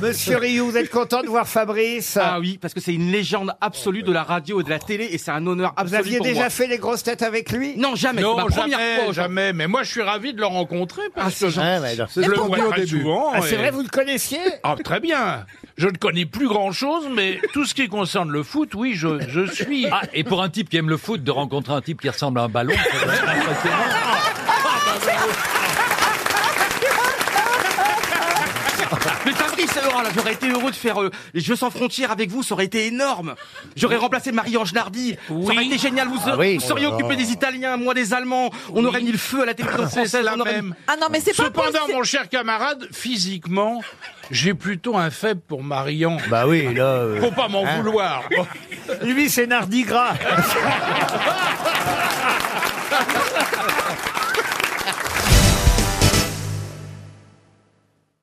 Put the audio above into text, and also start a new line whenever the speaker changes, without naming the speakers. Monsieur Rioux, vous êtes content de voir Fabrice
Ah oui, parce que c'est une légende absolue de la radio et de la télé et c'est un honneur
Vous
absolu
aviez
pour
déjà
moi.
fait les grosses têtes avec lui
Non, jamais. c'est
Non,
ma
jamais,
première fois. aujourd'hui.
jamais. Mais moi, je suis ravi de le rencontrer parce que je, je le vois très souvent.
Ah, c'est
et-
vrai, vous le connaissiez
Ah, très bien. Je ne connais plus grand-chose, mais tout ce qui concerne le foot, oui, je, je suis.
Ah, et pour un type qui aime le foot, de rencontrer un type qui ressemble à un ballon, c'est vraiment impressionnant.
Mais Fabrice, oh là, j'aurais été heureux de faire euh, les Jeux sans frontières avec vous, ça aurait été énorme. J'aurais remplacé Marie-Ange Nardi, ça aurait été génial. Vous,
Ah
vous seriez
Oh
occupé des Italiens, moi des Allemands. On aurait mis le feu à la télévision française.
la
on aurait-
même.
Ah non, mais c'est pas
Cependant,
possible.
mon cher camarade, physiquement, j'ai plutôt un faible pour Marion.
Bah oui, là.
Faut pas m'en vouloir.
Lui, c'est Nardi Gras.